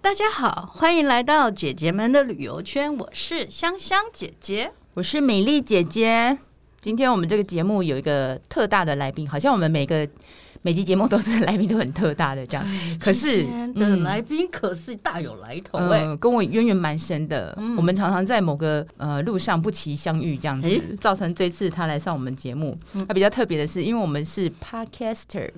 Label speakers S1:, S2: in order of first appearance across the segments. S1: 大家好，欢迎来到姐姐们的旅游圈，我是香香姐姐。
S2: 我是美丽姐姐。今天我们这个节目有一个特大的来宾，好像我们每个每集节目都是来宾都很特大的这样。可是嗯
S1: 今天的来宾可是大有来头哎、
S2: 呃，跟我渊源蛮深的。
S1: 嗯
S2: 我们常常在某个呃路上不期相遇，这样子、
S1: 诶嗯
S2: 造成这次他来上我们节目。他、比较特别的是，因为我们是 podcaster，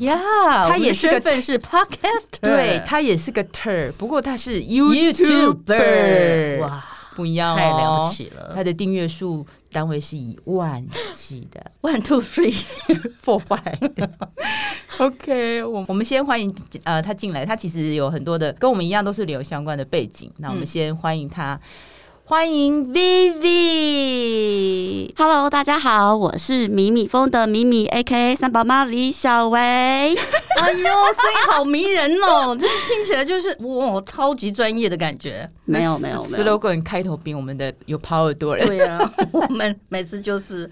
S1: 呀、
S2: 他
S1: 我的
S2: 也是个
S1: 身份是 podcaster，
S2: 对他也是个 ter，不过他是
S1: YouTuber，
S2: YouTuber，
S1: 哇，
S2: 不一样哦，
S1: 太了不起了
S2: 他的订阅数单位是以万计的。
S1: ，one two three，
S2: 破坏。OK，我我们先欢迎呃他进来，他其实有很多的跟我们一样都是旅游相关的背景，那我
S1: 嗯
S2: 们先欢迎他，欢迎 Vivi。
S3: Hello，大家好，我是米米风的米米，A.K.A 三宝妈李小 维。
S1: 哎呦，声音好迷人 哦，这听起来就是哇，超级专业的感觉。
S3: 没有没有没有，
S2: slogan 开头比我们的有 power 多了，
S1: 对呀、 我们每次就是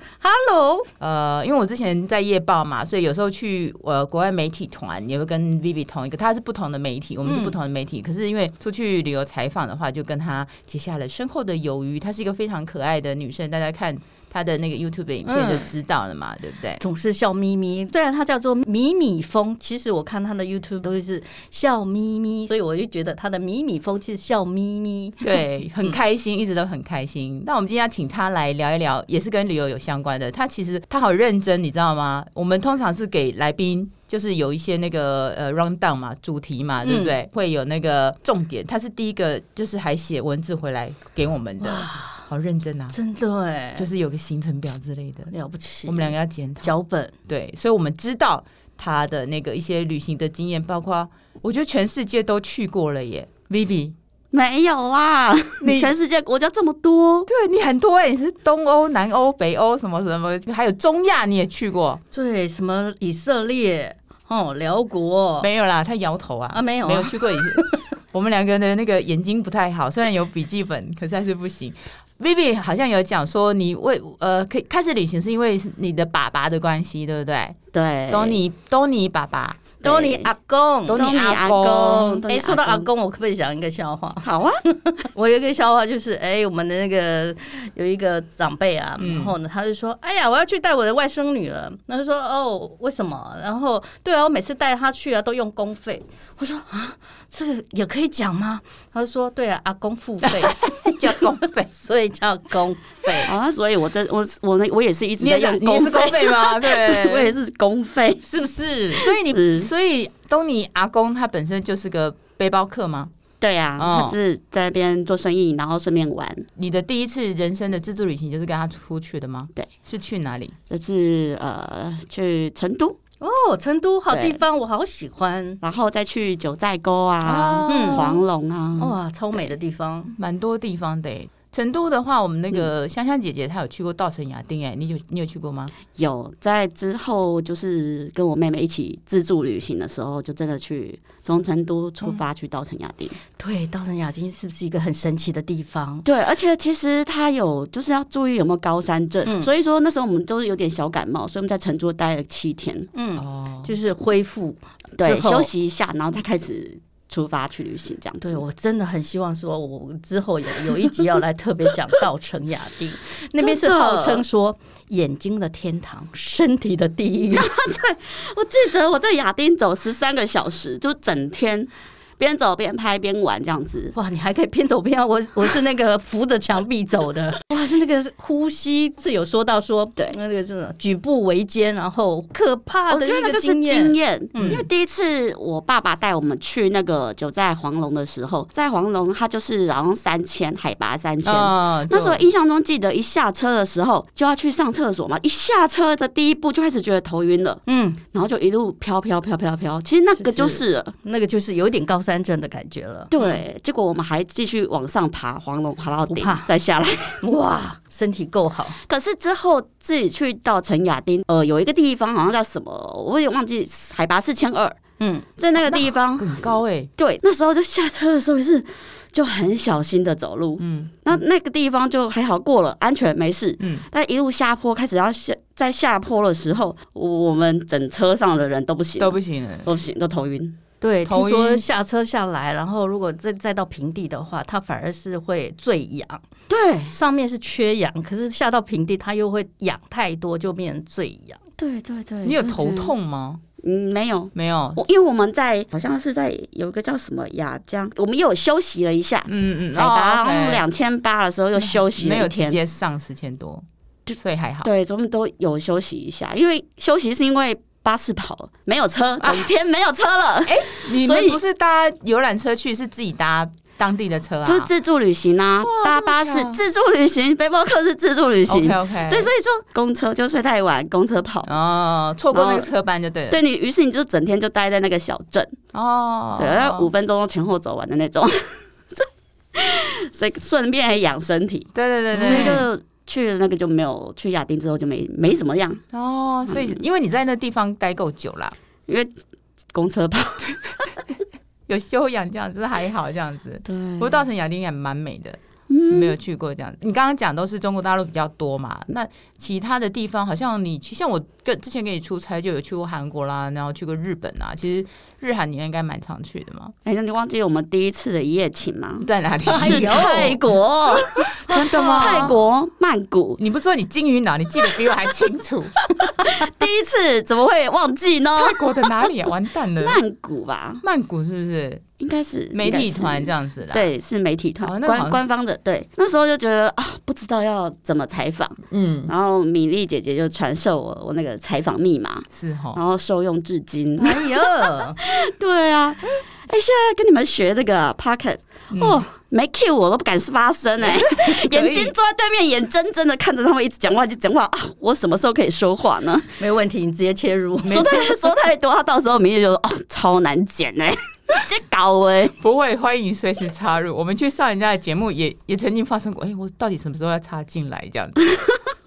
S1: hello，
S2: 呃，因为我之前在夜报嘛，所以有时候去呃国外媒体团也会跟 Vivi 同一个，他是不同的媒体，我们是不同的媒体。可是因为出去旅游采访的话，就跟他结下了深厚的友谊。她是一个非常可爱的女生，大家看她的那个 YouTube 影片就
S1: 嗯
S2: 知道了嘛，对不对？
S1: 总是笑眯眯。虽然他叫做米米风，其实我看他的 YouTube 都是笑眯眯，所以我就觉得他的米米风是笑眯眯。
S2: 对，很开心，一直都很开心。那我们今天要请他来聊一聊，也是跟旅游有相关的。他其实他好认真，你知道吗？我们通常是给来宾就是有一些那个呃 round down 嘛，主题嘛，对不对？会有那个重点，他是第一个，就是还写文字回来给我们的，好认真啊，
S1: 真的哎，
S2: 就是是有个行程表之类的。
S1: 了不起。
S2: 我们两个要检讨，
S1: 脚本
S2: 对，所以我们知道他的那个一些旅行的经验，包括我觉得全世界都去过了耶，Vivi。
S3: 没有啦，
S2: 你
S3: 全世界国家这么多，
S2: 对你很多哎、你是东欧、南欧、北欧什么什么，还有中亚你也去过？
S1: 对什么以色列哦，辽国
S2: 没有啦，他摇头啊
S1: 啊没有啊
S2: 没有去过以色我们两个的那个眼睛不太好，虽然有笔记本，可是还是不行。Vivi 好像有讲说，你为呃，可以开始旅行是因为你的爸爸的关系，对不对？
S3: 对，
S2: 东尼东尼爸爸，
S1: 都你阿公。
S2: 都
S3: 东
S2: 尼
S3: 尼
S2: 阿
S3: 阿
S2: 公
S3: 公，
S1: 哎，说到阿
S3: 公。
S1: 公，我可不可以讲一个笑话？
S3: 好啊，
S1: 我有一个笑话，就是哎、我们的那个有一个长辈啊，
S2: 嗯
S1: 然后呢，他就说，哎呀，我要去带我的外甥女了。那就说，哦，为什么？然后，对啊，我每次带她去啊，都用公费。我说啊，这个也可以讲吗？他就说，对啊，阿公付 费，，
S2: 叫公费
S1: 所以叫公费。
S3: 好啊，所以我这我我呢，我也是一直
S2: 你
S3: 在
S2: 也是
S3: 用
S2: 你也是
S3: 公
S2: 公
S3: 费，
S2: 费吗？对，
S3: 对我也是公费，
S1: 是不是？
S2: 所以你
S3: 是
S2: 所以东尼阿公他本身就是个背包客吗？
S3: 对啊，
S2: 哦
S3: 他是在那边做生意，然后顺便玩，
S2: 你的第一次人生的自助旅行就是跟他出去的吗？
S3: 对，
S2: 是去哪里？
S3: 就是呃去成都，
S1: 哦，成都好地
S3: 对
S1: 方，我好喜欢，
S3: 然后再去九寨沟啊、
S2: 嗯，
S3: 黄龙啊，
S1: 哇，超美的地方。
S2: 蛮多地方的诶。成都的话，我们那
S3: 嗯
S2: 个香香姐姐她有去过稻城亚丁，哎，你有你有去过吗？
S3: 有在之后，就是跟我妹妹一起自助旅行的时候，就真的去从成都出发
S1: 嗯
S3: 去稻城亚丁。
S1: 对，稻城亚丁是不是一个很神奇的地方？
S3: 对，而且其实它有就是要注意有没有高山症，
S1: 嗯
S3: 所以说那时候我们都是有点小感冒，所以我们在成都待了七天，
S1: 嗯，
S2: 哦，
S1: 就是恢复
S3: 对，
S1: 之后
S3: 休息一下，然后再开始出发去旅行这样子。
S1: 对，我真的很希望说，我之后有有一集要来特别讲稻城亚 丁，那边是
S3: 真的
S1: 号称说眼睛的天堂，身体的地 狱。
S3: 我记得我在亚丁走十三个小时，就整天边走边拍边玩这样子。
S1: 哇，你还可以边走边啊我我是那个扶着墙壁走的， 哇，是那个呼吸是有说到说，
S3: 对
S1: 那个真的举步维艰，然后可怕
S3: 我
S1: 的
S3: 觉得
S1: 一
S3: 那个是
S1: 经验
S3: 经。验，
S1: 嗯
S3: 因为第一次我爸爸带我们去那个九寨黄龙的时候，在黄龙它就是好像三千海拔三千。
S2: 哦，
S3: 那时候
S2: 就
S3: 印象中记得一下车的时候就要去上厕所嘛，一下车的第一步就开始觉得头晕了，
S1: 嗯，
S3: 然后就一路飘飘飘飘飘，其实那个就是了。
S1: 那个就是有点高山症的感觉了。
S3: 对，结果我们还继续往上爬，黄龙爬到
S1: 不
S3: 顶
S1: 怕
S3: 再下来。
S1: 嗯哇，身体够好，
S3: 可是之后自己去到陈雅丁，呃，有一个地方好像叫什么，我也忘记，海拔四千二，
S1: 嗯，
S3: 在那个地方
S2: 很高哎，
S3: 对，那时候就下车的时候也是就很小心的走路，
S2: 嗯
S3: 那那个地方就还好过了，安全没事。
S2: 嗯，
S3: 但一路下坡开始要下，在下坡的时候，我我们整车上的人都不行，
S2: 都不行了。
S3: 都不行，都头晕。
S1: 对，
S2: 头
S1: 听说
S2: 晕
S1: 下车下来，然后如果再再到平地的话，它反而是会最痒，
S3: 对
S1: 上面是缺氧，可是下到平地它又会痒太多，就变成最痒。
S3: 对对对，
S2: 你有
S3: 就觉
S2: 头
S3: 得？
S2: 痛吗？
S3: 嗯，没有。
S2: 没有，
S3: 我因为我们在好像是在有一个叫什么雅江，我们又有休息了一下，
S2: 嗯嗯，
S3: 海拔好像
S2: 哦，OK
S3: 两千八的时候又休息
S2: 没
S3: 了
S2: 有
S3: 一
S2: 直
S3: 天，
S2: 接上四千多，所以还好。
S3: 对，我们都有休息一下，因为休息是因为巴士跑了，没有车，
S2: 啊
S3: 整天没有 车了，
S2: 哎你
S3: 所
S2: 们
S3: 以
S2: 不是搭游览车去，是自己搭当地的车啊？
S3: 就是自助旅行啊，搭巴
S2: 这
S3: 士
S2: 么巧
S3: 自助旅行，背包客是自助旅行，
S2: OK OK，
S3: 对，所以说公车就睡太晚，公车跑。
S2: 哦，错过那个车班就对了。
S3: 对你，于是你就整天就待在那个小镇，
S2: 哦，
S3: 对，那五分钟前后走完的那种， 所以顺便还养身体，
S2: 对对
S3: 所
S2: 对
S3: 以
S2: 对，
S3: 就去了那个就没有去亚丁之后就没没怎么样，
S2: 哦，所以因为你在那地方待够久了，
S3: 因为公车跑，
S2: 有修养这样子还好这样子。
S3: 对，
S2: 不过稻城亚丁也蛮美的，
S3: 嗯
S2: 没有去过这样。你刚刚讲都是中国大陆比较多嘛，那其他的地方好像你去，像我跟之前跟你出差就有去过韩国啦，然后去过日本啊。其实日韩你应该蛮常去的嘛，
S3: 哎、那你忘记我们第一次的一夜情吗？
S2: 在 哪里？
S1: 哎
S3: 是
S1: 呦
S3: 泰国，
S2: 真的吗？
S3: 泰国曼谷，
S2: 你不说你金鱼脑，你记得比我还清楚。
S3: 第一次怎么会忘记呢？
S2: 泰国的哪里啊？完蛋了，
S3: 曼谷吧，
S2: 曼谷是不是
S3: 应该是
S2: 媒体团
S3: 应
S2: 这样子啦？
S3: 该是，对，是媒体团、
S2: 哦那好
S3: 官
S2: 像
S3: 官方的，对。那时候就觉得啊，不知道要怎么采访，
S2: 嗯，
S3: 然后米粒姐姐就传授我我那个采访密码，
S2: 是哈。
S3: 然后受用至今。
S1: 哎呦，
S3: 对啊，哎、现在跟你们学这个 Pocket
S2: 嗯
S3: 哦，没 Q 我都不敢发声 哎、眼睛坐在对面，眼睁睁的看着他们一直讲话，一直讲话啊！我什么时候可以说话呢？
S1: 没问题，你直接切入。
S3: 说太 说太多，他到时候明天就说哦，超难剪哎、 直接搞哎、
S2: 不会，欢迎随时插入。我们去上人家的节目也也曾经发生过，哎，我到底什么时候要插进来这样子？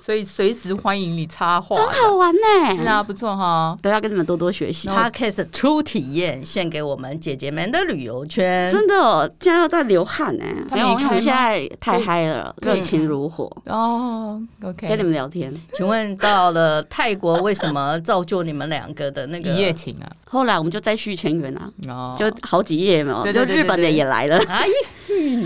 S2: 所以随时欢迎你插话。
S3: 很好玩哎、
S2: 是啊，不错哈。
S3: 都要跟你们多多学习。
S1: Podcast 初体验，献给我们姐姐们的旅游圈。
S3: 真的、哦，现在都在流汗哎、
S2: 他
S3: 没
S2: 没
S3: 有，因为
S2: 开
S3: 我们
S2: 吗
S3: 现在太嗨了，
S2: 对
S3: 热情如火。
S2: 哦，OK，
S3: 跟你们聊天，
S1: 请问到了泰国，为什么造就你们两个的那个
S2: 一夜情啊，
S3: 后来我们就再续全缘啊，
S2: 哦，
S3: 就好几页没有，
S2: 对
S3: 就
S2: 对对
S3: 日本的
S2: 对对
S3: 也来了。
S1: 哎，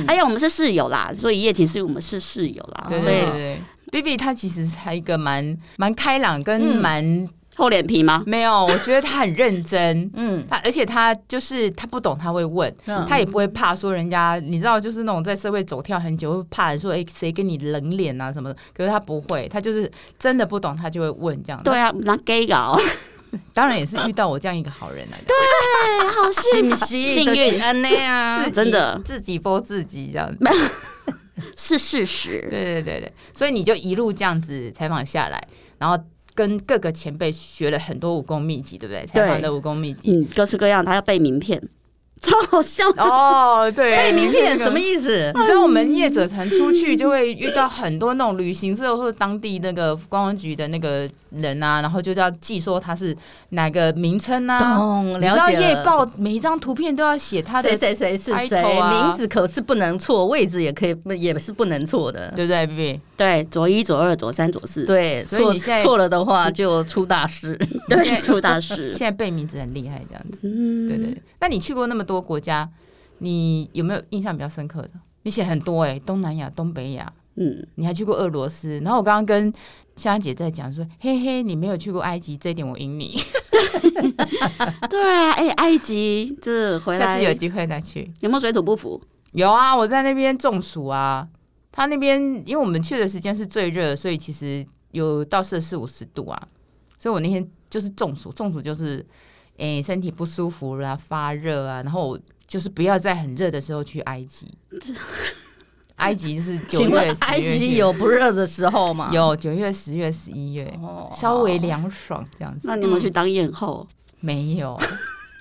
S3: 哎呀，我们是室友啦，所以一夜情是我们是室友啦，
S2: 对对
S3: 所
S2: 对
S3: 以
S2: 对。B B 她其实是一个蛮蛮开朗跟
S1: 嗯
S2: 蛮、
S3: 厚脸皮吗？
S2: 没有，我觉得她很认真，
S1: 嗯，
S2: 他而且他就是他不懂，他会问，
S1: 嗯
S2: 他也不会怕说人家，你知道，就是那种在社会走跳很久，会怕人说，哎、谁跟你冷脸啊什么的。可是他不会，他就是真的不懂，他就会问这样。
S3: 对，啊，拿 gay 搞，
S2: 当然也是遇到我这样一个好人啊来的，
S3: 好
S1: 是不是
S3: 幸
S1: 都是
S3: 运
S1: 安内啊
S2: 自？己
S3: 真的
S2: 自己播自己这样子。
S3: 是事实。
S2: 对对对对，所以你就一路这样子采访下来，然后跟各个前辈学了很多武功秘籍，对不对？采访的武功秘籍。
S3: 嗯，各式各样，他要被名片， 超好笑的。
S2: 哦，对，
S1: 被哎名片
S2: 那个
S1: 什么意思？
S2: 你知道我
S1: 哎
S2: 们业者团出去就会遇到很多那种旅行社或者当地那个观光局的那个人啊，然后就要记说他是哪个名称啊。
S1: 懂，
S2: 你知道
S1: 了解
S2: 夜
S1: 了。
S2: 报每一张图片都要写他的，
S1: 谁
S2: 对
S1: 谁谁是
S2: title
S1: 谁，
S2: 啊
S1: 名字可是不能错，位置也可以也是不能错的。
S2: 不对？B
S3: 对，左一、左二、左三、左四，
S1: 对，
S2: 所以
S1: 错
S2: 你现在
S1: 错了的话就出大事。
S3: 对，出大
S2: B，
S3: 事
S2: 现。在背名字很厉害，这样子。
S3: 嗯，
S2: 对对对。那你去过那么多国家，你有没有印象比较深刻的？你写很多哎、东南亚、东北亚，
S3: 嗯，
S2: 你还去过俄罗斯。然后我刚刚跟香香姐在讲说，嘿嘿，你没有去过埃及，这一点我赢你。
S3: 对啊，哎，埃及这回
S2: 下
S3: 来
S2: 次有机会再去。
S3: 有没有水土不服？
S2: 有啊，我在那边中暑啊。他那边因为我们去的时间是最热，所以其实有到摄氏五十度啊。所以我那天就是中暑，中暑就是诶、身体不舒服啦、发热啊。然后我就是不要在很热的时候去 埃及。埃及就是九
S1: 请问
S2: 月、
S1: 埃
S2: 10月
S1: 及有不热的时候吗？
S2: 有九月、十月、十一月，
S1: 哦，
S2: 稍微凉爽这样子。
S3: 那你们去当艳后？
S2: 嗯没 有，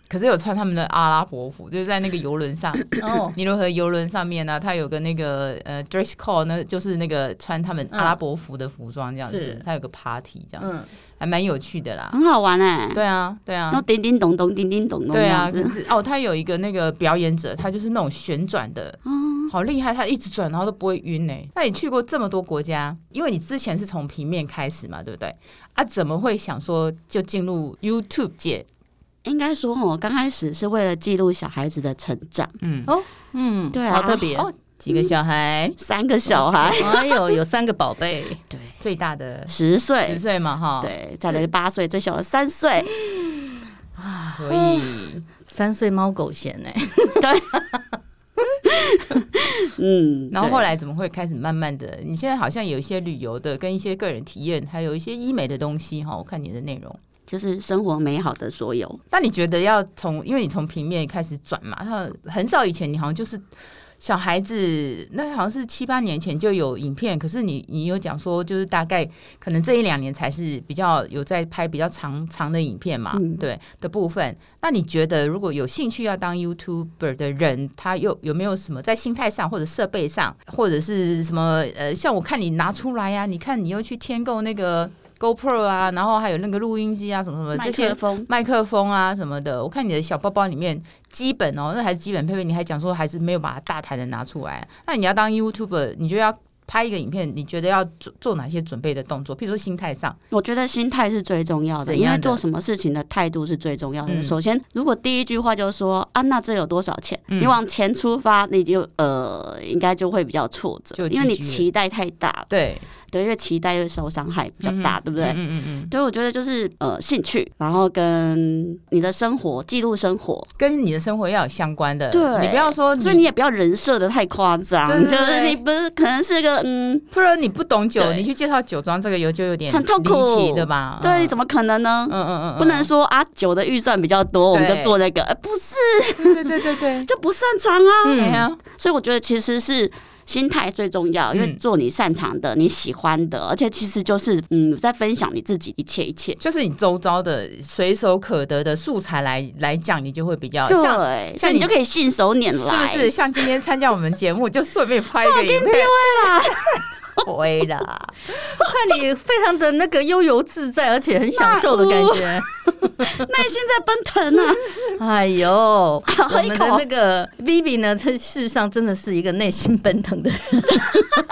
S2: 可是有穿他们的阿拉伯服，就是在那个游轮上，
S1: 哦，
S2: 尼罗河游轮上面呢、啊它有个那个呃 dress code 呢，就是那个穿他们阿拉伯服的服装这样子
S1: 是，
S2: 它有个 party 这样，
S1: 嗯，
S2: 还蛮有趣的啦。
S3: 很好玩哎，
S2: 对啊，对啊
S3: 然后，叮叮咚咚，叮叮咚咚这
S2: 对啊。
S3: 样
S2: 可
S3: 子。
S2: 是哦，它有一个那个表演者，他就是那种旋转的，好厉害，他一直转然后都不会晕呢、那你去过这么多国家，因为你之前是从平面开始嘛，对不对？啊，怎么会想说就进入 YouTube 界？
S3: 应该说哦，刚开始是为了记录小孩子的成长，
S2: 嗯，
S1: 嗯，
S3: 对啊
S1: 好特别。
S2: 哦几个小孩，
S3: 三个小
S2: 嗯
S3: 孩，
S1: 哎呦，有三个宝 贝，
S3: 对，
S2: 最大的
S3: 十岁
S2: 十，岁嘛，哈，，
S3: 对，再来八岁，最小的三岁，
S2: 所以
S1: 三岁猫狗嫌哎、
S3: 嗯，
S2: 然后
S3: 对
S2: 后来怎么会开始慢慢的？你现在好像有一些旅游的，跟一些个人体验，还有一些医美的东西哈。我看你的内容，
S3: 就是生活美好的所有，
S2: 那你觉得要从，因为你从平面开始转嘛，然后很早以前你好像就是小孩子，那好像是七八年前就有影片，可是你你有讲说，就是大概可能这一两年才是比较有在拍比较长长的影片嘛，
S3: 嗯
S2: 对的部分。那你觉得如果有兴趣要当 YouTuber 的人，他有有没有什么在心态上或者设备上，或者是什么呃，像我看你拿出来啊呀、你看你又去添购那个 GoPro 啊，然后还有那个录音机啊，什么什么这些
S3: 麦克风，
S2: 麦克风啊什么的，我看你的小包包里面基本哦，那还是基本配备，你还讲说还是没有把它大台的拿出来。那你要当 YouTuber，你就要拍一个影片，你觉得要做做哪些准备的动作？譬如说心态上，
S3: 我觉得心态是最重要的，
S2: 怎
S3: 因
S2: 样的
S3: 为做什么事情的态度是最重要的。
S2: 嗯
S3: 首先，如果第一句话就说啊，那这有多少钱？
S2: 嗯
S3: 你往前出发，你就呃，应该就会比较挫
S2: 就
S3: 折，因为你
S2: GG 了
S3: 期待太大了，
S2: 对，
S3: 对，因为期待会受伤害比较大，对不对？
S2: 嗯嗯嗯，
S3: 对，我觉得就是呃兴趣，然后跟你的生活记录生活，
S2: 跟你的生活要有相关的，
S3: 对
S2: 哦你不要说
S3: 所以你也不要人设的太夸张，
S2: 对对对
S3: 就是你不是可能是个嗯，
S2: 不然你不懂酒，
S3: 对
S2: 你去介绍酒庄这个油就有点
S3: 很痛苦
S2: 离奇的吧？
S3: 对，
S2: 嗯
S3: 怎么可能呢？
S2: 嗯嗯嗯，嗯
S3: 不能，说啊，酒的预算比较多，我们就
S2: 对
S3: 做那个，呃不是
S2: 嗯 对对对对，
S3: 就不擅长啊。
S2: 嗯，哎呀
S3: 所以我觉得其实是心态最重要，因为
S2: 嗯
S3: 做你擅长的、你喜欢的，而且其实就是嗯，在分享你自己一切一切。
S2: 就是你周遭的随手可得的素材来来讲，你就会比较像
S3: 对，所以你就可以信手拈来。
S2: 是不是？像今天参加我们节目，就顺便拍一个影片，不会 啦，
S1: 我看你非常的那个悠游自在，而且很享受的感觉。
S3: 内心在奔腾啊！
S1: 哎呦，我
S3: 喝一
S1: 们
S3: 口
S1: 的那个 Vivi 呢，这事实上真的是一个内心奔腾的人。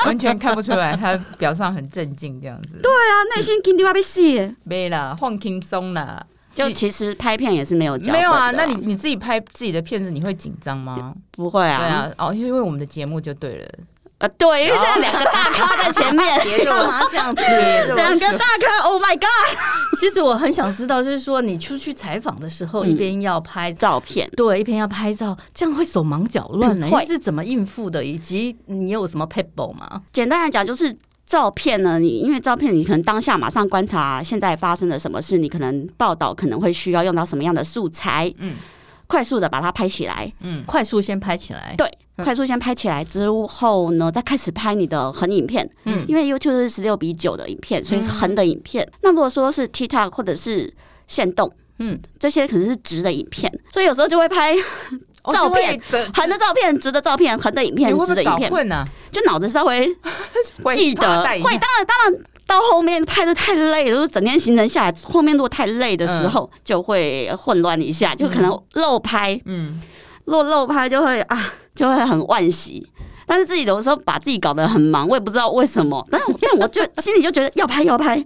S2: 完全看不出来，他表上很镇静这样子，
S3: 对啊，内心肯定要被戏耶。
S2: 没啦，放轻松啦，
S3: 就其实拍片也是没有脚本的
S2: 没有啊？那你你自己拍自己的片子，你会紧张吗？
S3: 不会
S2: 对
S3: 啊？
S2: 啊，哦，因为我们的节目就对了，
S3: 呃，对，因为现在两个大咖在 前面，
S1: 干嘛这 样子？
S3: 两个大咖，Oh my God！
S1: 其实我很想知道，就是说你出去采访的时候，
S3: 嗯
S1: 一边要拍。
S3: 照片
S1: 对，一边要拍照，这样会手忙脚乱呢。
S3: 嗯会
S1: 你是怎么应付的？以及你有什么 pebble 吗？
S3: 简单来讲就是。照片呢？你因为照片，你可能当下马上观察现在发生了什么事，你可能报道可能会需要用到什么样的素材，
S2: 嗯
S3: 快速的把它拍起来，
S2: 嗯
S1: 快速先拍起来。
S3: 对快速先拍起来之后呢，再开始拍你的横影片，
S2: 嗯
S3: 因为 YouTube 是十六比九的影片，所以是横的影片。那如果说是 TikTok 或者是线动，
S1: 嗯，
S3: 这些可能是直的影片，所以有时候就会拍
S2: 哦
S3: 照片
S2: 就会折
S3: 横的照片、直的照片、横的影
S2: 你
S3: 片
S2: 会、不
S3: 直的
S2: 会
S3: 影
S2: 搞
S3: 片，
S2: 混啊？
S3: 就脑子稍微
S2: 会
S3: 记得
S2: 怕带一
S3: 会，
S2: 下
S3: 当然当然。到后面拍的太累了，就是整天行程下来，后面如果太累的时候，就会混乱一下，就可能漏拍，
S2: 嗯，
S3: 落漏拍就会啊， 就会很惋惜。但是自己有时候把自己搞得很忙，我也不知道为什么。 但是我但我就心里就觉得要拍要拍，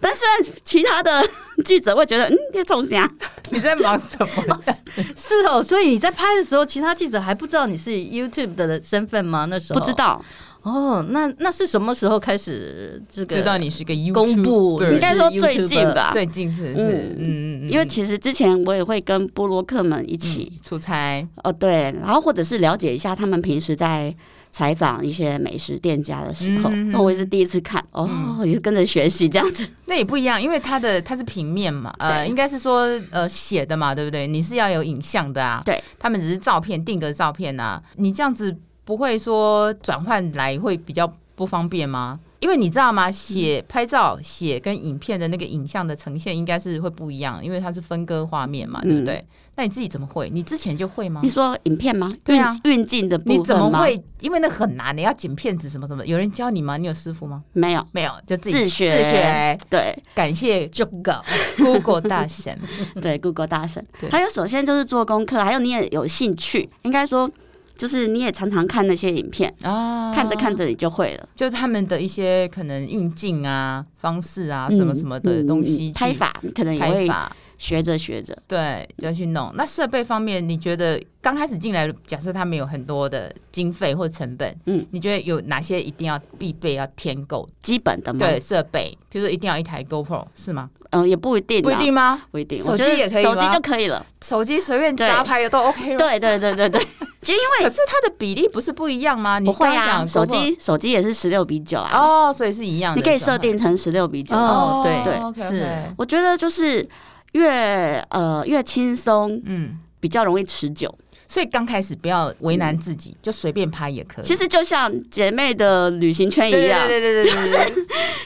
S3: 但虽然其他的记者会觉得嗯，这中奖，
S2: 你在忙什么？
S1: 是哦，所以你在拍的时候，其他记者还不知道你是 YouTube 的身份吗？那时候
S3: 不知道。
S1: 哦，那那是什么时候开始这个？
S2: 知道你是个 YouTuber，
S1: 公布
S2: 对
S1: 你
S3: 应该说最近吧，
S2: 最近是不是？嗯
S3: 嗯
S2: 嗯嗯，嗯
S3: 因为其实之前我也会跟波洛克们一起，
S2: 出差，
S3: 哦对，然后或者是了解一下他们平时在。采访一些美食店家的时候，
S2: 嗯嗯嗯嗯哦
S3: 那我也是第一次看哦，也是跟着学习这样子。
S2: 那也不一样，因为它的它是平面嘛，呃，
S3: 对
S2: 应该是说呃写的嘛，对不对？你是要有影像的啊，
S3: 对，
S2: 他们只是照片定格照片啊，你这样子不会说转换来会比较不方便吗？因为你知道吗？写拍照、写跟影片的那个影像的呈现应该是会不一样，因为它是分割画面嘛，对不对？那你自己怎么会？你之前就会吗
S3: 嗯你？说影片吗？
S2: 对啊
S3: 运运镜的部分
S2: 你
S3: 吗？
S2: 怎么会？因为那很难，你要剪片子什么什么，有人教你吗？你有师傅吗？
S3: 没有？
S2: 没有，就自己
S3: 自学
S2: 自学。
S3: 对，
S2: 感谢
S1: 就搞
S2: Google 大神，
S3: 对，Google 大神
S2: 嗯对。
S3: 还有，首先就是做功课，还有你也有兴趣，应该说就是你也常常看那些影片，
S2: 啊，
S3: 看着看着你就会了。
S2: 就是他们的一些可能运镜啊、方式啊、
S3: 嗯
S2: 什么什么的
S3: 嗯
S2: 东西
S3: 嗯
S2: 去
S3: 拍法你可能也
S2: 拍
S3: 会
S2: 法，
S3: 学着学着，
S2: 对，就要去弄。那设备方面，你觉得刚开始进来，假设他们有很多的经费或成本，
S3: 嗯，
S2: 你觉得有哪些一定要必备要添购？
S3: 基本的嘛，
S2: 对，设备，比如说一定要一台 GoPro 是吗？
S3: 嗯，也不一定，
S2: 不一，定吗？
S3: 不一定，
S2: 手
S3: 我
S2: 机
S3: 觉得
S2: 也可以
S3: 手机
S2: 吗
S3: 就可以了。
S2: 手机随便抓
S3: 对
S2: 拍的都 OK 吗？
S3: 对对对 对对，
S2: 可是它的比例不是不一样吗？你
S3: 不会
S2: 刚
S3: 啊，
S2: 刚讲
S3: 手
S2: GoPro
S3: 机手机也是十六比九啊，
S2: 哦，所以是一样的，
S3: 你可以设定成十六比九。
S1: 哦对
S3: 对
S2: ，OK
S1: 是
S3: 我觉得就是越呃越轻松，
S2: 嗯。
S3: 比较容易持久。
S2: 所以刚开始不要为难自己，就随便拍也可以。
S3: 嗯其实就像姐妹的旅行圈一
S2: 对对
S3: 样，
S2: 对对对对对，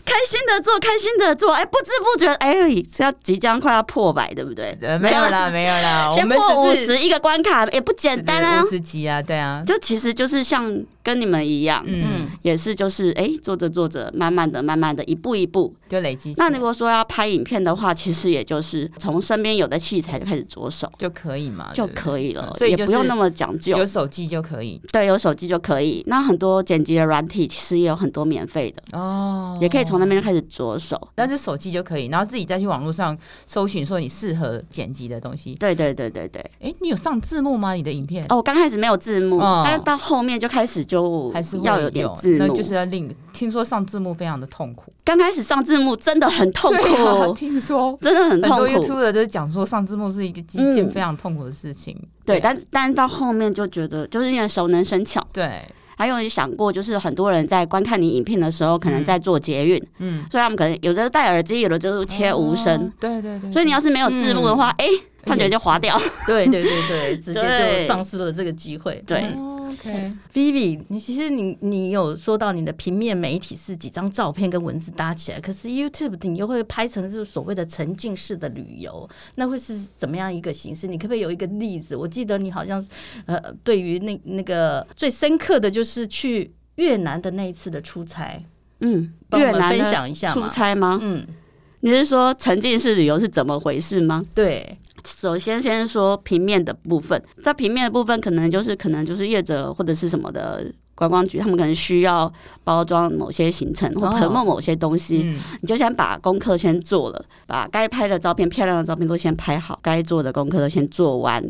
S3: 开心的做，开心的做，哎，不知不觉，哎，要即将快要破百，对不对？
S2: 呃没有啦没有啦，我
S3: 先
S2: 们
S3: 破五
S2: 只是
S3: 十一个关卡也不简单啊
S2: 五。十级啊，对啊，
S3: 就其实就是像跟你们一样，
S2: 嗯，
S1: 嗯，
S3: 也是就是哎，做着做着，慢慢的、慢慢的，一步一步。
S2: 就累积起来
S3: 那如果说要拍影片的话，其实也就是从身边有的器材就开始着手
S2: 就可以嘛，
S3: 就
S2: 对不对
S3: 可以了，
S2: 所以就是
S3: 也不用那么讲究
S2: 有。手机就可以
S3: 对，有手机就可以。那很多剪辑的软体其实也有很多免费的，
S2: 哦，
S3: 也可以从那边开始着手。
S2: 但是手机就可以，然后自己再去网络上搜寻说你适合剪辑的东西。
S3: 对对对对对。
S2: 哎，你有上字幕吗？你的影片
S3: 哦，我刚开始没有字幕，
S2: 哦
S3: 但是到后面就开始就
S2: 还是会
S3: 要
S2: 有
S3: 点字
S2: 那
S3: 幕。
S2: 就是要令听说上字幕非常的痛苦，
S3: 刚开始上字幕真的很痛
S2: 对啊，
S3: 苦，
S2: 听说。
S3: 真的很
S2: 很
S3: 痛
S2: 多
S3: 苦。嗯
S2: YouTube 就是讲说上字幕是一个一件非常痛苦的事情，
S3: 对，
S2: 对
S3: 但但到后面就觉得就是因为熟能生巧，
S2: 对，
S3: 还有想过就是很多人在观看你影片的时候，可能
S2: 嗯
S3: 在做捷运，
S2: 嗯，
S3: 所以他们可能有的戴耳机，有的就是切无声
S2: 哦，，对对对，
S3: 所以你要是没有字幕的话，哎、他觉得就划掉。
S1: 对对对对，直接
S3: 对
S1: 就丧失了这个机会。
S3: 对
S1: 嗯
S2: 哦 OK，
S1: Vivi，你其实你你有说到你的平面媒体是几张照片跟文字搭起来，可是 YouTube 你又会拍成是所谓的沉浸式的旅游，那会是怎么样一个形式？你可不可以有一个例子？我记得你好像呃，对于那那个最深刻的就是去越南的那一次的出差，
S3: 嗯，
S1: 帮
S3: 越
S1: 我们
S3: 南
S1: 分
S3: 的
S1: 享一下
S3: 出
S1: 嘛？
S3: 差吗？
S1: 嗯，
S3: 你是说沉浸式旅游是怎么回事吗？
S1: 对，
S3: 首先先说平面的部分，在平面的部分，可能就是可能就是业者或者是什么的。观光局他们可能需要包装某些行程或
S1: 哦
S3: 捧某某些东西，
S2: 嗯，
S3: 你就先把功课先做了，把该拍的照片、漂亮的照片都先拍好，该做的功课都先做完，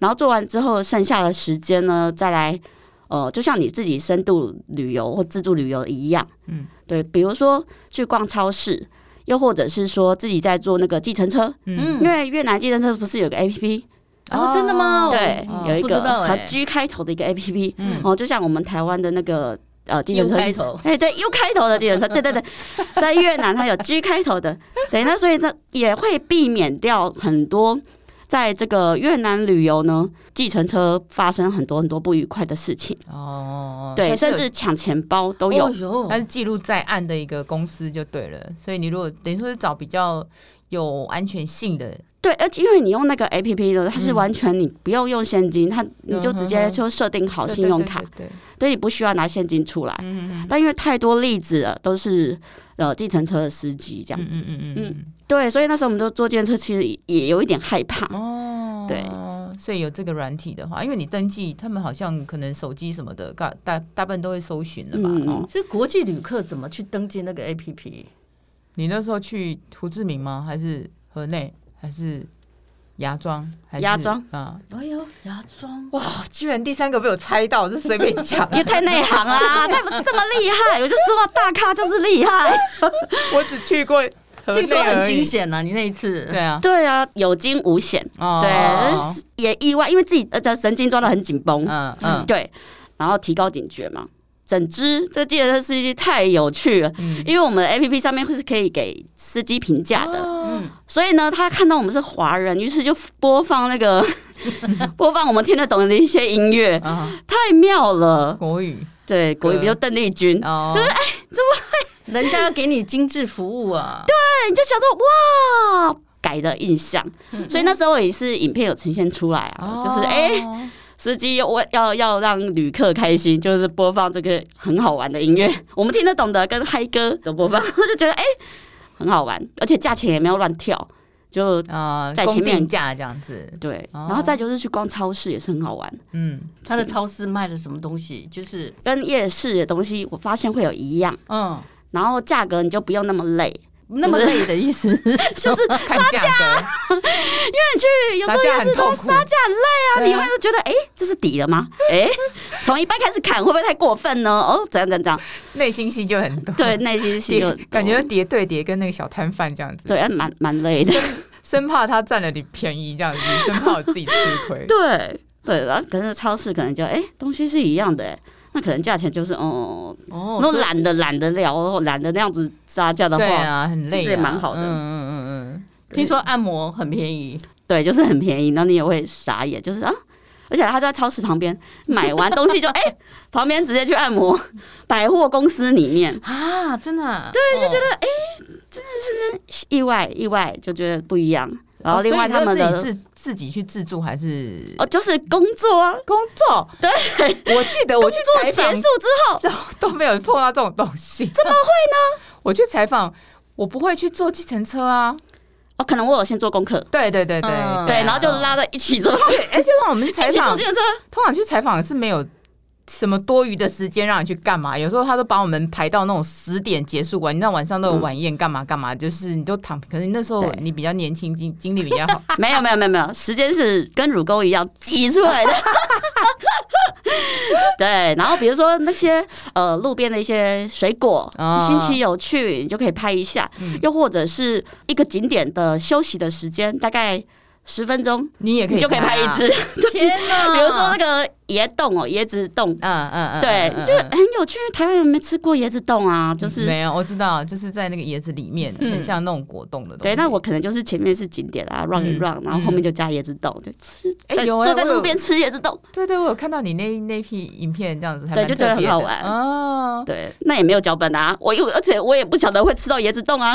S3: 然后做完之后，剩下的时间呢，再来，呃，就像你自己深度旅游或自助旅游一样，
S2: 嗯，
S3: 对，比如说去逛超市，又或者是说自己在坐那个计程车，
S2: 嗯
S3: 因为越南计程车不是有个 A P P，、
S1: 哦，真的吗？
S3: 对，
S2: 哦
S3: 有一
S1: 不知
S3: 个
S1: 道
S3: 和
S1: 欸
S3: G 开头的一个 A P P，
S2: 嗯
S3: 哦，就像我们台湾的那个呃计程
S1: U
S3: 车
S1: 开头
S3: 哎、对，U 开头的计程车，对 对对，在越南它有 G 开头的，对，那所以这也会避免掉很多在这个越南旅游呢，计程车发生很多很多不愉快的事情，
S2: 哦，
S3: 对，
S2: 它是
S3: 甚
S2: 有
S3: 至抢钱包都有，
S1: 哦哟
S2: 它是记录在案的一个公司就对了，所以你如果等于说是找比较有安全性的，
S3: 对，而且因为你用那个 A P P 呢，它是
S2: 嗯
S3: 完全你不用用现金，它你就
S2: 嗯
S3: 直
S2: 哼
S3: 接
S2: 哼
S3: 就设定好
S2: 对
S3: 信用卡，，
S2: 对对对对
S3: 所以你不需要拿现金出来，
S2: 嗯嗯
S3: 但因为太多例子了，都是呃计程车的司机这
S2: 嗯
S3: 样子。
S2: 嗯嗯嗯
S3: 对，所以那时候我们就坐电车，其实也有一点害怕。
S2: 嗯，哦，
S3: 对。
S2: 所以有这个软体的话，因为你登记，他们好像可能手机什么的，大大大部分都会搜寻的吧、
S3: 嗯
S2: 哦。
S1: 所以国际旅客怎么去登记那个 APP？
S2: 你那时候去胡志明吗？还是河内？还是芽庄？还是
S3: 芽庄
S2: 啊？
S1: 哎呦，牙妆
S2: 哇！居然第三个被我猜到，这随便 讲
S3: 也太内行啦，那这么厉害，我就说嘛大咖就是厉害。
S2: 我只去过河
S1: 听说很惊
S2: 已。
S1: 险呐、你那一次
S2: 对啊，
S3: 对啊，有惊无险，
S2: 哦
S3: 对，也意外，因为自己呃神经抓得很紧绷，
S2: 嗯嗯
S3: 对，然后提高警觉嘛。整只这计程车司机太有趣了，
S2: 嗯
S3: 因为我们的 A P P 上面是可以给司机评价的，
S2: 嗯，
S3: 所以呢，他看到我们是华人，于是就播放 那个播放我们听得懂的一些音乐，
S2: 啊，
S3: 太妙了。
S2: 嗯国语
S3: 对，国语比如邓丽君，
S2: 哦，就是
S1: 人家要给你精致服务啊，
S3: 你就想说哇。改的印象，
S2: 嗯
S3: 所以那时候也是影片有呈现出来
S2: 哦
S3: 啊，就是哎、司机我要要让旅客开心，就是播放这个很好玩的音乐， 我们听得懂的跟嗨歌都播放， 我就觉得哎、很好玩，而且价钱也没有乱跳，就
S2: 啊，
S3: 在前面
S2: 公定价这样子，
S3: 对。
S2: 哦
S3: 然后再就是去逛超市也是很好玩，
S2: 嗯，
S1: 他的超市卖的什么东西，就是
S3: 跟夜市的东西我发现会有一样，
S1: 嗯，
S3: 然后价格你就不用那么累，哎
S1: 那么累的意 思是
S3: 就是
S2: 呃看价格，
S3: 去，有时候
S2: 杀价
S3: 也
S2: 很
S3: 是都
S2: 痛苦
S3: 杀价很累啊，
S2: 对啊
S3: 你会觉得哎、诶这是底了吗？哎、从一半开始砍会不会太过分呢？哦，怎样怎样怎样？
S2: 内心戏就很多。
S3: 对，内心戏
S2: 叠
S3: 就
S2: 感觉叠对叠，跟那个小摊贩这样子，
S3: 对，哎蛮蛮累的。
S2: 生怕他占了你便宜这样子，生怕我自己吃亏。
S3: 对对，然后可是超市可能就哎、东西是一样的、哎，那可能价钱就是哦，
S2: 哦
S3: 如果懒得懒得聊，懒得那样子杀价的
S2: 对
S3: 话，
S2: 啊，很累啊，
S3: 其实也蛮好的
S2: 嗯嗯嗯
S1: 听说按摩很便宜，
S3: 对，就是很便宜，然后你也会傻眼，就是啊。而且他就在超市旁边买完东西就哎、 旁边直接去按摩，百货公司里面
S1: 啊，真的、对，就觉得
S3: 意外意外就觉得不一样。
S2: 嗯。
S3: 然后另外他们
S2: 哦所以
S3: 的
S2: 你都自己自自己去自助还是
S3: 哦，就是工作啊，
S2: 工作？
S3: 对，
S2: 我记得我去采
S3: 工作
S2: 访
S3: 结束之后，
S2: 都没有碰到这种东西，怎么会呢？我去采访，我不会去坐计程车啊。
S3: 哦，可能我有先做功课，
S2: 对对对对
S1: 嗯
S3: 对，然后就
S2: 拉。
S3: 拉在一起之后
S2: 对，而且我们去
S3: 一
S2: 采
S3: 起坐
S2: 访
S3: 自，行车，
S2: 通常去采访是没有什么多余的时间让你去干嘛，有时候他都把我们排到那种十点结束完，你知道晚上都有晚宴干嘛干嘛，就是你都躺平。可是那时候
S3: 对
S2: 你比较年轻，经精力比 较好，
S3: 没有没有没有没有，时间是跟乳沟一样挤出来的。对，然后比如说那些呃路边的一些水果，
S2: 啊
S3: 新奇有趣，你就可以拍一下。
S2: 嗯
S3: 又或者是一个景点的休息的时间，大概十分钟，
S2: 你也可以、啊
S3: 你就可以拍一支。。
S1: 天哪！
S3: 比如说那个椰冻哦，椰子冻，
S2: 嗯嗯嗯，
S3: 对，
S2: 嗯
S3: 就很有趣。台湾人没吃过椰子冻啊，就是
S2: 没有，我知道，就是在那个椰子里面，
S1: 嗯
S2: 很像那种果冻的东西。
S3: 对，那我可能就是前面是景点啊，run
S2: 嗯
S3: 一 run，然后后面就加椰子冻，就
S2: 哎、
S3: 在
S2: 有、欸、
S3: 坐在
S2: 我有
S3: 路边，吃椰子冻。
S2: 对对，我有看到你那那批影片这样子，还
S3: 对
S2: 蛮
S3: 就觉得
S2: 特别
S3: 很好
S2: 的
S3: 玩
S2: 哦。
S3: 对，那也没有脚本啊，我又而且我也不晓得会吃到椰子冻啊。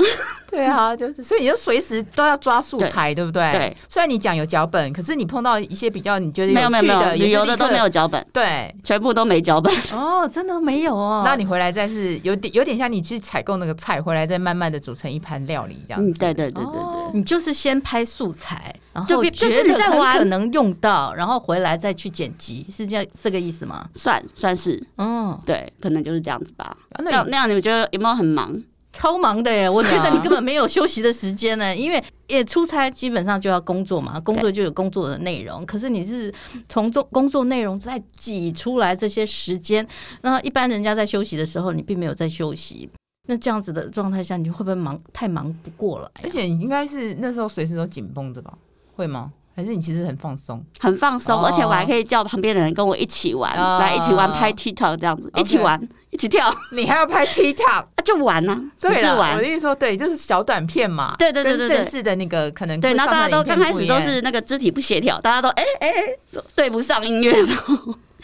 S2: 对啊，就是所以你就随时都要抓素材，对不对？
S3: 对。
S2: 虽然你讲有脚本，可是你碰到一些比较你觉得
S3: 没有
S2: 趣
S3: 没
S2: 的，
S3: 有没有，
S2: 也
S3: 旅
S2: 是
S3: 游的
S2: 立刻
S3: 都没。有脚本，
S2: 对，
S3: 全部都没脚本。
S1: 哦，真的没有哦。
S2: 那你回来再是有点有点像你去采购那个菜，回来再慢慢的煮成一盘料理这样哦
S3: 嗯，
S2: 子。
S3: 对对对对对。
S1: 你就是先拍素材，然
S3: 就
S1: 后
S3: 比
S1: 觉
S3: 就是你
S1: 得
S3: 在
S1: 很
S3: 玩
S1: 可能用到，然后回来再去剪辑，是这样这个意思吗？
S3: 算算是
S1: 嗯，
S3: 对，可能就是这样子吧。
S2: 啊那你
S3: 这样那样，你们觉得有没有很忙？
S1: 超忙的耶！我
S2: 是
S1: 觉
S2: 啊
S1: 得你根本没有休息的时间 呢，因为也出差基本上就要工作嘛，工作就有工作的内容，可是你是从中工作内容再挤出来这些时间，那一般人家在休息的时候，你并没有在休息。那这样子的状态下，你会不会忙太忙不过来？
S2: 而且你应该是那时候随时都紧绷着吧？会吗？还是你其实很放松？
S3: 很放松，
S2: 哦
S3: 而且我还可以叫旁边的人跟我一起玩，
S2: 哦
S3: 来一起玩拍 TikTok 这样子，
S2: OK
S3: 一起玩，一起跳， 啊
S2: 你还要拍 TikTok？
S3: 就玩啊，只
S2: 对
S3: 是
S2: 啦
S3: 玩
S2: 我的。意思说，对，就是小短片嘛。
S3: 对对对
S2: 跟
S3: 对对
S2: 正式的那个可能
S3: 对，
S2: 会
S3: 然后大家都
S2: 上传
S3: 刚
S2: 的影片
S3: 开
S2: 不
S3: 始
S2: 一
S3: 都
S2: 样
S3: 是那个肢体不协调，大家都哎哎哎对不上音乐，然后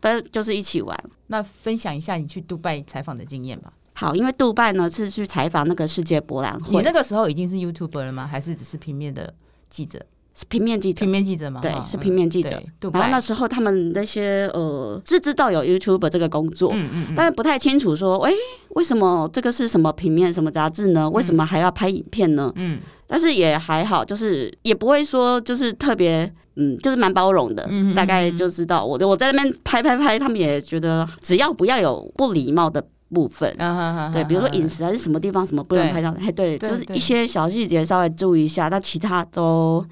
S3: 但就是一起玩。
S2: 那分享一下你去杜拜采访的经验吧。
S3: 好，因为杜拜呢是去采访那个世界博览
S2: 你
S3: 会，
S2: 那个时候已经是 YouTuber 了吗？还是只是平面的记者？
S3: 是平面记者
S2: 平。面记者吗？
S3: 对
S2: 哈
S3: 是平面记
S2: 嗯
S3: 者。
S2: 对杜
S3: 然后
S2: 拜
S3: 那时候他们那些呃，是知道有 YouTube 这个工作，
S2: 嗯嗯嗯，
S3: 但是不太清楚说，哎、为什么这个是什么平面什么杂志呢？为什么还要拍影片呢？
S2: 嗯，
S3: 但是也还好，就是也不会说就是特别，嗯，就是蛮包容的，
S2: 嗯嗯嗯
S3: 大概就知道我我在那边拍拍拍，他们也觉得只要不要有不礼貌的部分。
S2: 啊哈哈哈
S3: 对，比如说
S2: 哈
S3: 饮食还是什么地方什么不能
S2: 对
S3: 拍照，哎，对，
S2: 对
S3: 就是
S2: 对
S3: 一些小细节稍微注意一下，那其他都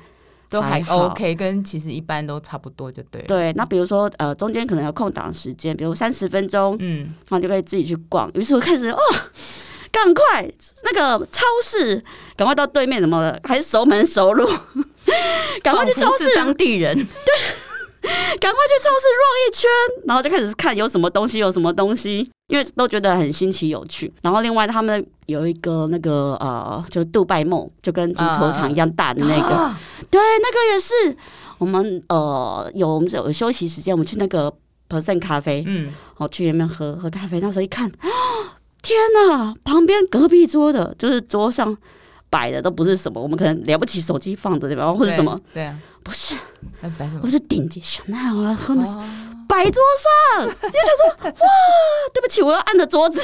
S2: 都还
S3: 还好
S2: OK，跟其实一般都差不多就对了。，
S3: 对，那比如说呃，中间可能有空档时间，比如三十分钟，
S2: 嗯，
S3: 然后就可以自己去逛。于是我开始哦，赶快那个超市，赶快到对面什么的，还是熟门熟路， 赶快去超
S1: 仿佛
S3: 市
S1: 是，当地人，
S3: 赶快去超市 run 一圈，然后就开始看有什么东西，有什么东西，因为都觉得很新奇有趣。然后另外他们有一个那个呃，就杜拜梦，就跟足球场一样大的那个，
S1: 啊
S3: 对，那个也是我们呃有我们有休息时间，我们去那个 percent 咖啡，
S2: 嗯，
S3: 哦，去那边喝喝咖啡。那时候一看， 啊天哪！旁边隔壁桌的，就是桌上摆的都不是什么，我们可能了不起手机放着对吧，或者
S2: 对
S3: 什么？？
S2: 对啊，
S3: 不是，
S2: 那摆什么
S3: 我？是顶级香奈儿啊，喝
S2: 哦
S3: 摆桌上。你就想说，哇，对不起，我要按着桌子，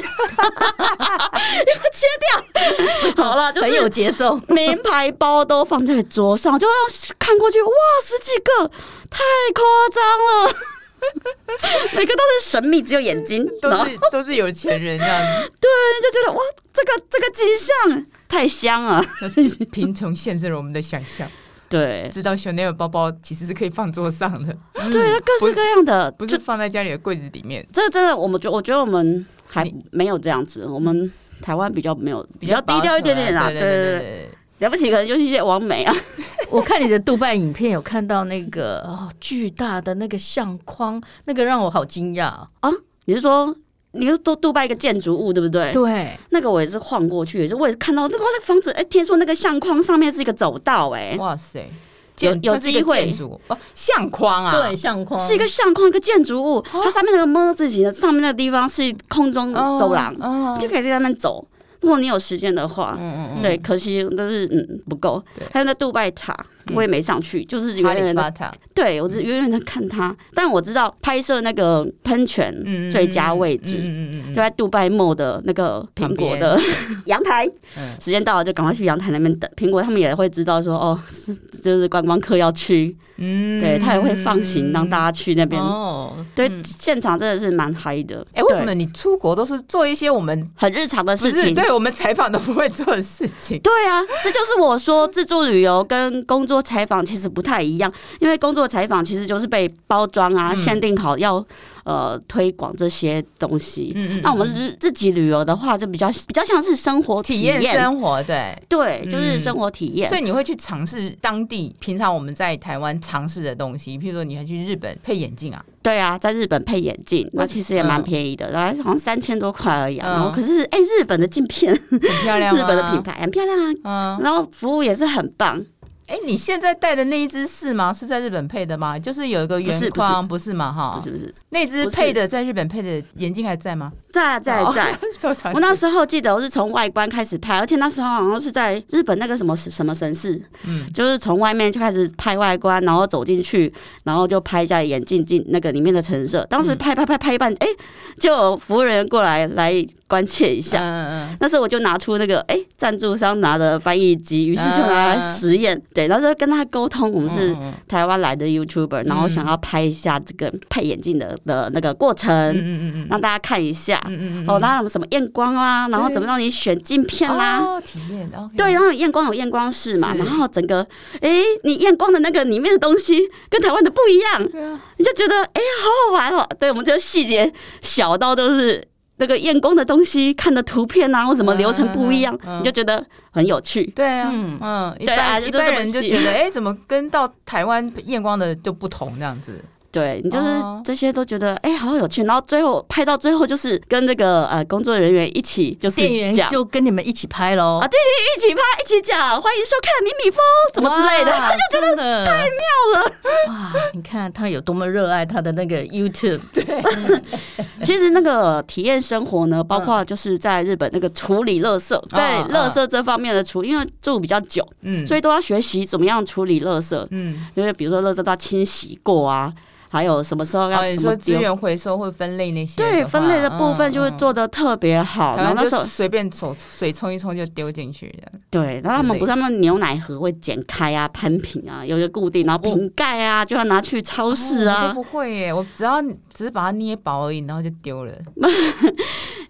S3: 要切掉。好 了，就
S1: 很
S3: 是
S1: 有节奏。
S3: 名牌包都放在桌上，就要看过去，哇，十几个，太夸张了，每个都是神秘，只有 眼睛，然
S2: 都
S3: 后
S2: 啊 是都是有钱人这样子，
S3: 就觉得哇，这个这个景象太香了。
S2: 贫穷限制了我们的想象，
S3: 对，
S2: 知道 Chanel 包包其实是可以放桌上 的，
S3: 对，它各式各样的，
S2: 不
S3: 就是
S2: 放在家里的柜子里面。
S3: 这真的，我们觉我觉得我们还
S2: 你
S3: 没有这样子，我们台湾比较没有，
S2: 比
S3: 比较低
S2: 保
S3: 调一
S2: 守
S3: 点点啦。
S2: 啊对
S3: 对
S2: 对
S3: 对，
S2: 对
S3: 了不起，可能就是一些网美啊，
S1: 我看你的豆瓣影片有看到那个哦巨大的那个相框，那个让我好惊讶。
S3: 你是说？你是多杜拜一个建筑物，对不对？
S1: 对，
S3: 那个我也是晃过去，也是我也是看到那个那个房子，哎、听说那个相框上面是一个走道、
S2: 对，
S3: 哎，
S2: 哇塞，
S3: 有
S2: 建
S3: 有
S2: 它是一个
S3: 机会
S2: 建筑哦，相框啊，
S1: 对，相框
S3: 是一个相框，一个建筑物，它上面那个么字形的上面那个地方是空中
S2: 哦，
S3: 走廊，
S2: 哦
S3: 就可以在那边走。如果你有时间的话，
S2: 嗯
S1: 嗯
S3: 对，可惜都是嗯不够
S2: 对。嗯
S3: 还有那杜拜塔，我也没上去，就是
S2: 哈
S3: 远
S2: 利
S3: 远的，
S2: 法塔，
S3: 对
S2: 嗯
S3: 我只远远的看它。但我知道拍摄那个喷泉
S2: 嗯，
S3: 最佳位
S2: 嗯
S3: 置。
S2: 嗯嗯
S3: 就
S2: 嗯
S3: 在杜拜 mall 的那个苹果的 阳台，
S2: 嗯，
S3: 时间到了就赶快去阳台那边等。苹果他们也会知道说，哦，是就是观光客要去，
S2: 嗯
S3: 对他也会放行让大家去那边。
S1: 哦，
S3: 对，
S1: 嗯
S3: 现场真的是蛮嗨的。
S2: 哎，为
S3: 对
S2: 什么你出国都是做一些我们
S3: 很日常的
S2: 不
S3: 事
S2: 是
S3: 情？
S2: 对我们采访都不会做的事 情？
S3: 对啊，这就是我说自助旅游跟工作采访其实不太一样，因为工作采访其实就是被包装啊，
S2: 嗯
S3: 限定好要呃推广这些东西。
S2: 嗯
S3: 那我们日自己旅游的话，就比较比较像是生活
S2: 体
S3: 验，
S2: 验生活，对，
S3: 对，
S2: 嗯
S3: 就是生活体验。
S2: 所以你会去尝试当地平常我们在台湾尝试的东西，譬如说你还去日本配眼镜啊，
S3: 对啊，在日本配眼镜，那
S2: 我
S3: 其实也蛮
S2: 嗯
S3: 便宜的，然后好像三千多块而已、啊。
S2: 嗯
S3: 然后可是哎、日本的镜片，日
S2: 很漂亮、啊，
S3: 本的品。牌很漂亮啊，
S2: 嗯，
S3: 然后服务也是很棒。
S2: 哎、你现在戴的那一只是吗？是在日本配的吗？就是有一个
S3: 不
S2: 圆
S3: 是
S2: 框，不是嘛？哈
S3: 不，是不是，
S2: 那只
S3: 不是
S2: 配的在日本配的眼镜还在吗？
S3: 在在
S2: 哦
S3: 在。
S2: 收藏
S3: 我那时候记得我是从外观开始拍，而且那时候好像是在日本那个什么什么神市，
S2: 嗯
S3: 就是从外面就开始拍外观，然后走进去，然后就拍一下眼镜镜那个里面的陈设。当时拍拍拍拍一半，哎、就有服务人员过来来关切一下。
S2: 嗯嗯
S3: 那时候我就拿出那个哎赞、助商拿的翻译机，于是就拿来实验。对，那时候跟他沟通，我
S2: 嗯，
S3: 们是
S2: 啊嗯
S3: 台湾来的 YouTuber，然后想要拍一下这个配眼镜的的那个过程，
S2: 嗯嗯嗯
S3: 让大家看一下。
S2: 嗯嗯
S3: 哦，那什么验光啦、然后怎么让你选镜片啊啦、
S2: 哦，体验哦，
S3: 对，啊然后有验光有验光室嘛，
S2: 是
S3: 然后整个，诶，你验光的那个里面的东西跟台湾的不一样，
S2: 对啊，
S3: 你就觉得诶，好好玩哦。对，我们就细节小到就是那个验光的东西看的图片啊，或什么流程不一样，
S2: 嗯嗯嗯嗯
S3: 你就觉得很有趣。
S2: 对啊，
S1: 嗯
S2: 嗯，一
S3: 对啊
S2: 般
S3: 就
S2: 一
S3: 这
S2: 般
S3: 么
S2: 人就
S3: 细
S2: 觉 得，哎，怎么跟到台湾验光的就不同这样子？
S3: 对你就是
S2: 哦
S3: 这些都觉得诶，好有趣。然后最后拍到最后就是跟那个呃工作人员一起就是
S1: 店员
S3: 讲，
S1: 就跟你们一起拍喽
S3: 啊，对，一起拍一起讲，欢迎收看米米风怎么之类的。
S1: 哇，就觉得太妙了。哇，你看他有多么热爱他的那个 YouTube，
S3: 其实那个体验生活呢，包括就是在日本那个处理垃圾，在垃圾这方面的处理，因为住比较久，
S2: 啊嗯，
S3: 所
S2: 以
S3: 以都要学习怎么样处理垃圾。
S2: 嗯。
S3: 因为比如说垃圾都要清洗过啊，还有什么时候要
S2: 哦，你
S3: 怎
S2: 说
S3: 么
S2: 资
S3: 丢。
S2: 源回收或分类那些的话，嗯
S3: 对分类的部分就会
S2: 嗯。
S3: 做
S2: 嗯
S3: 的特别好，
S2: 台
S3: 然后
S2: 湾
S3: 那时
S2: 就
S3: 候
S2: 随便手水冲一冲就丢进去的，
S3: 对，然后他们不是他们牛奶盒会剪开啊、攀平啊，有一个固定，然后瓶盖啊就要拿去超市
S2: 哦哦我
S3: 啊
S2: 都，不会耶，我只要只是把它捏薄而已，然后就丢了。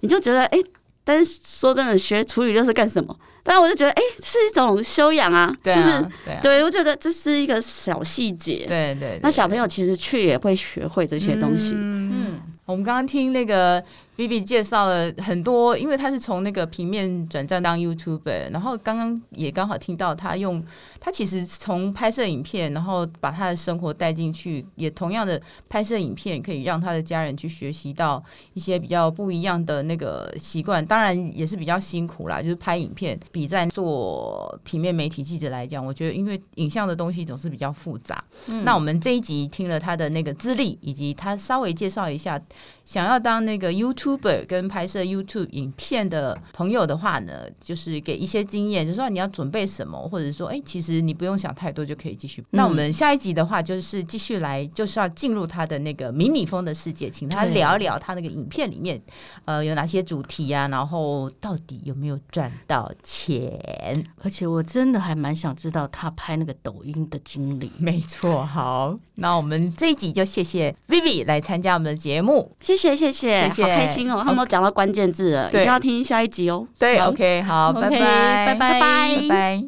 S3: 你就觉得哎、诶但是说真的，学处理垃圾干什么？但是我就觉得哎、诶是一种修养啊，
S2: 对
S3: 就是
S2: 啊，对啊，
S3: 对，我觉得这是一个小细节。
S2: 对对。
S3: 那小朋友其实去也会学会这
S2: 这
S3: 些东西。
S2: 嗯，
S1: 嗯，
S2: 我们刚刚听那个 Vivi 介绍了很多，因为他是从那个平面转战当 YouTuber，然后刚刚也刚好听到他用他其实从拍摄影片，然后把他的生活带进去，也同样的拍摄影片可以让他的家人去学习到一些比较不一样的那个习惯，当然也是比较辛苦啦。就是拍影片比在做平面媒体记者来讲，我觉得因为影像的东西总是比较复杂。那我们这一集听了他的那个资历，以及他稍微介绍一下，想要当那个 YouTuber 跟拍摄 YouTube 影片的朋友的话呢，就是给一些经验，就是说你要准备什么，或者说，哎、其实你不用想太多就可以继续。那我们下一集的话，就是继续来，就是要进入他的那个迷你风的世界，请他
S1: 对
S2: 聊一聊他那个影片里面，呃，有哪些主题啊，然后到底有没有赚到钱？
S1: 而且我真的还蛮想知道他拍那个抖音的经历。
S2: 没错，好，那我们这一集就谢谢 Vivi 来参加我们的节目，
S3: 谢谢，谢谢，
S2: 谢谢
S3: 好开心哦，他们都讲到关键字了，一
S2: 对
S3: 定要听下一集哦。
S2: 对
S1: 好
S2: ，OK，好，
S1: OK，
S2: 拜拜，
S1: 拜拜
S2: 拜拜。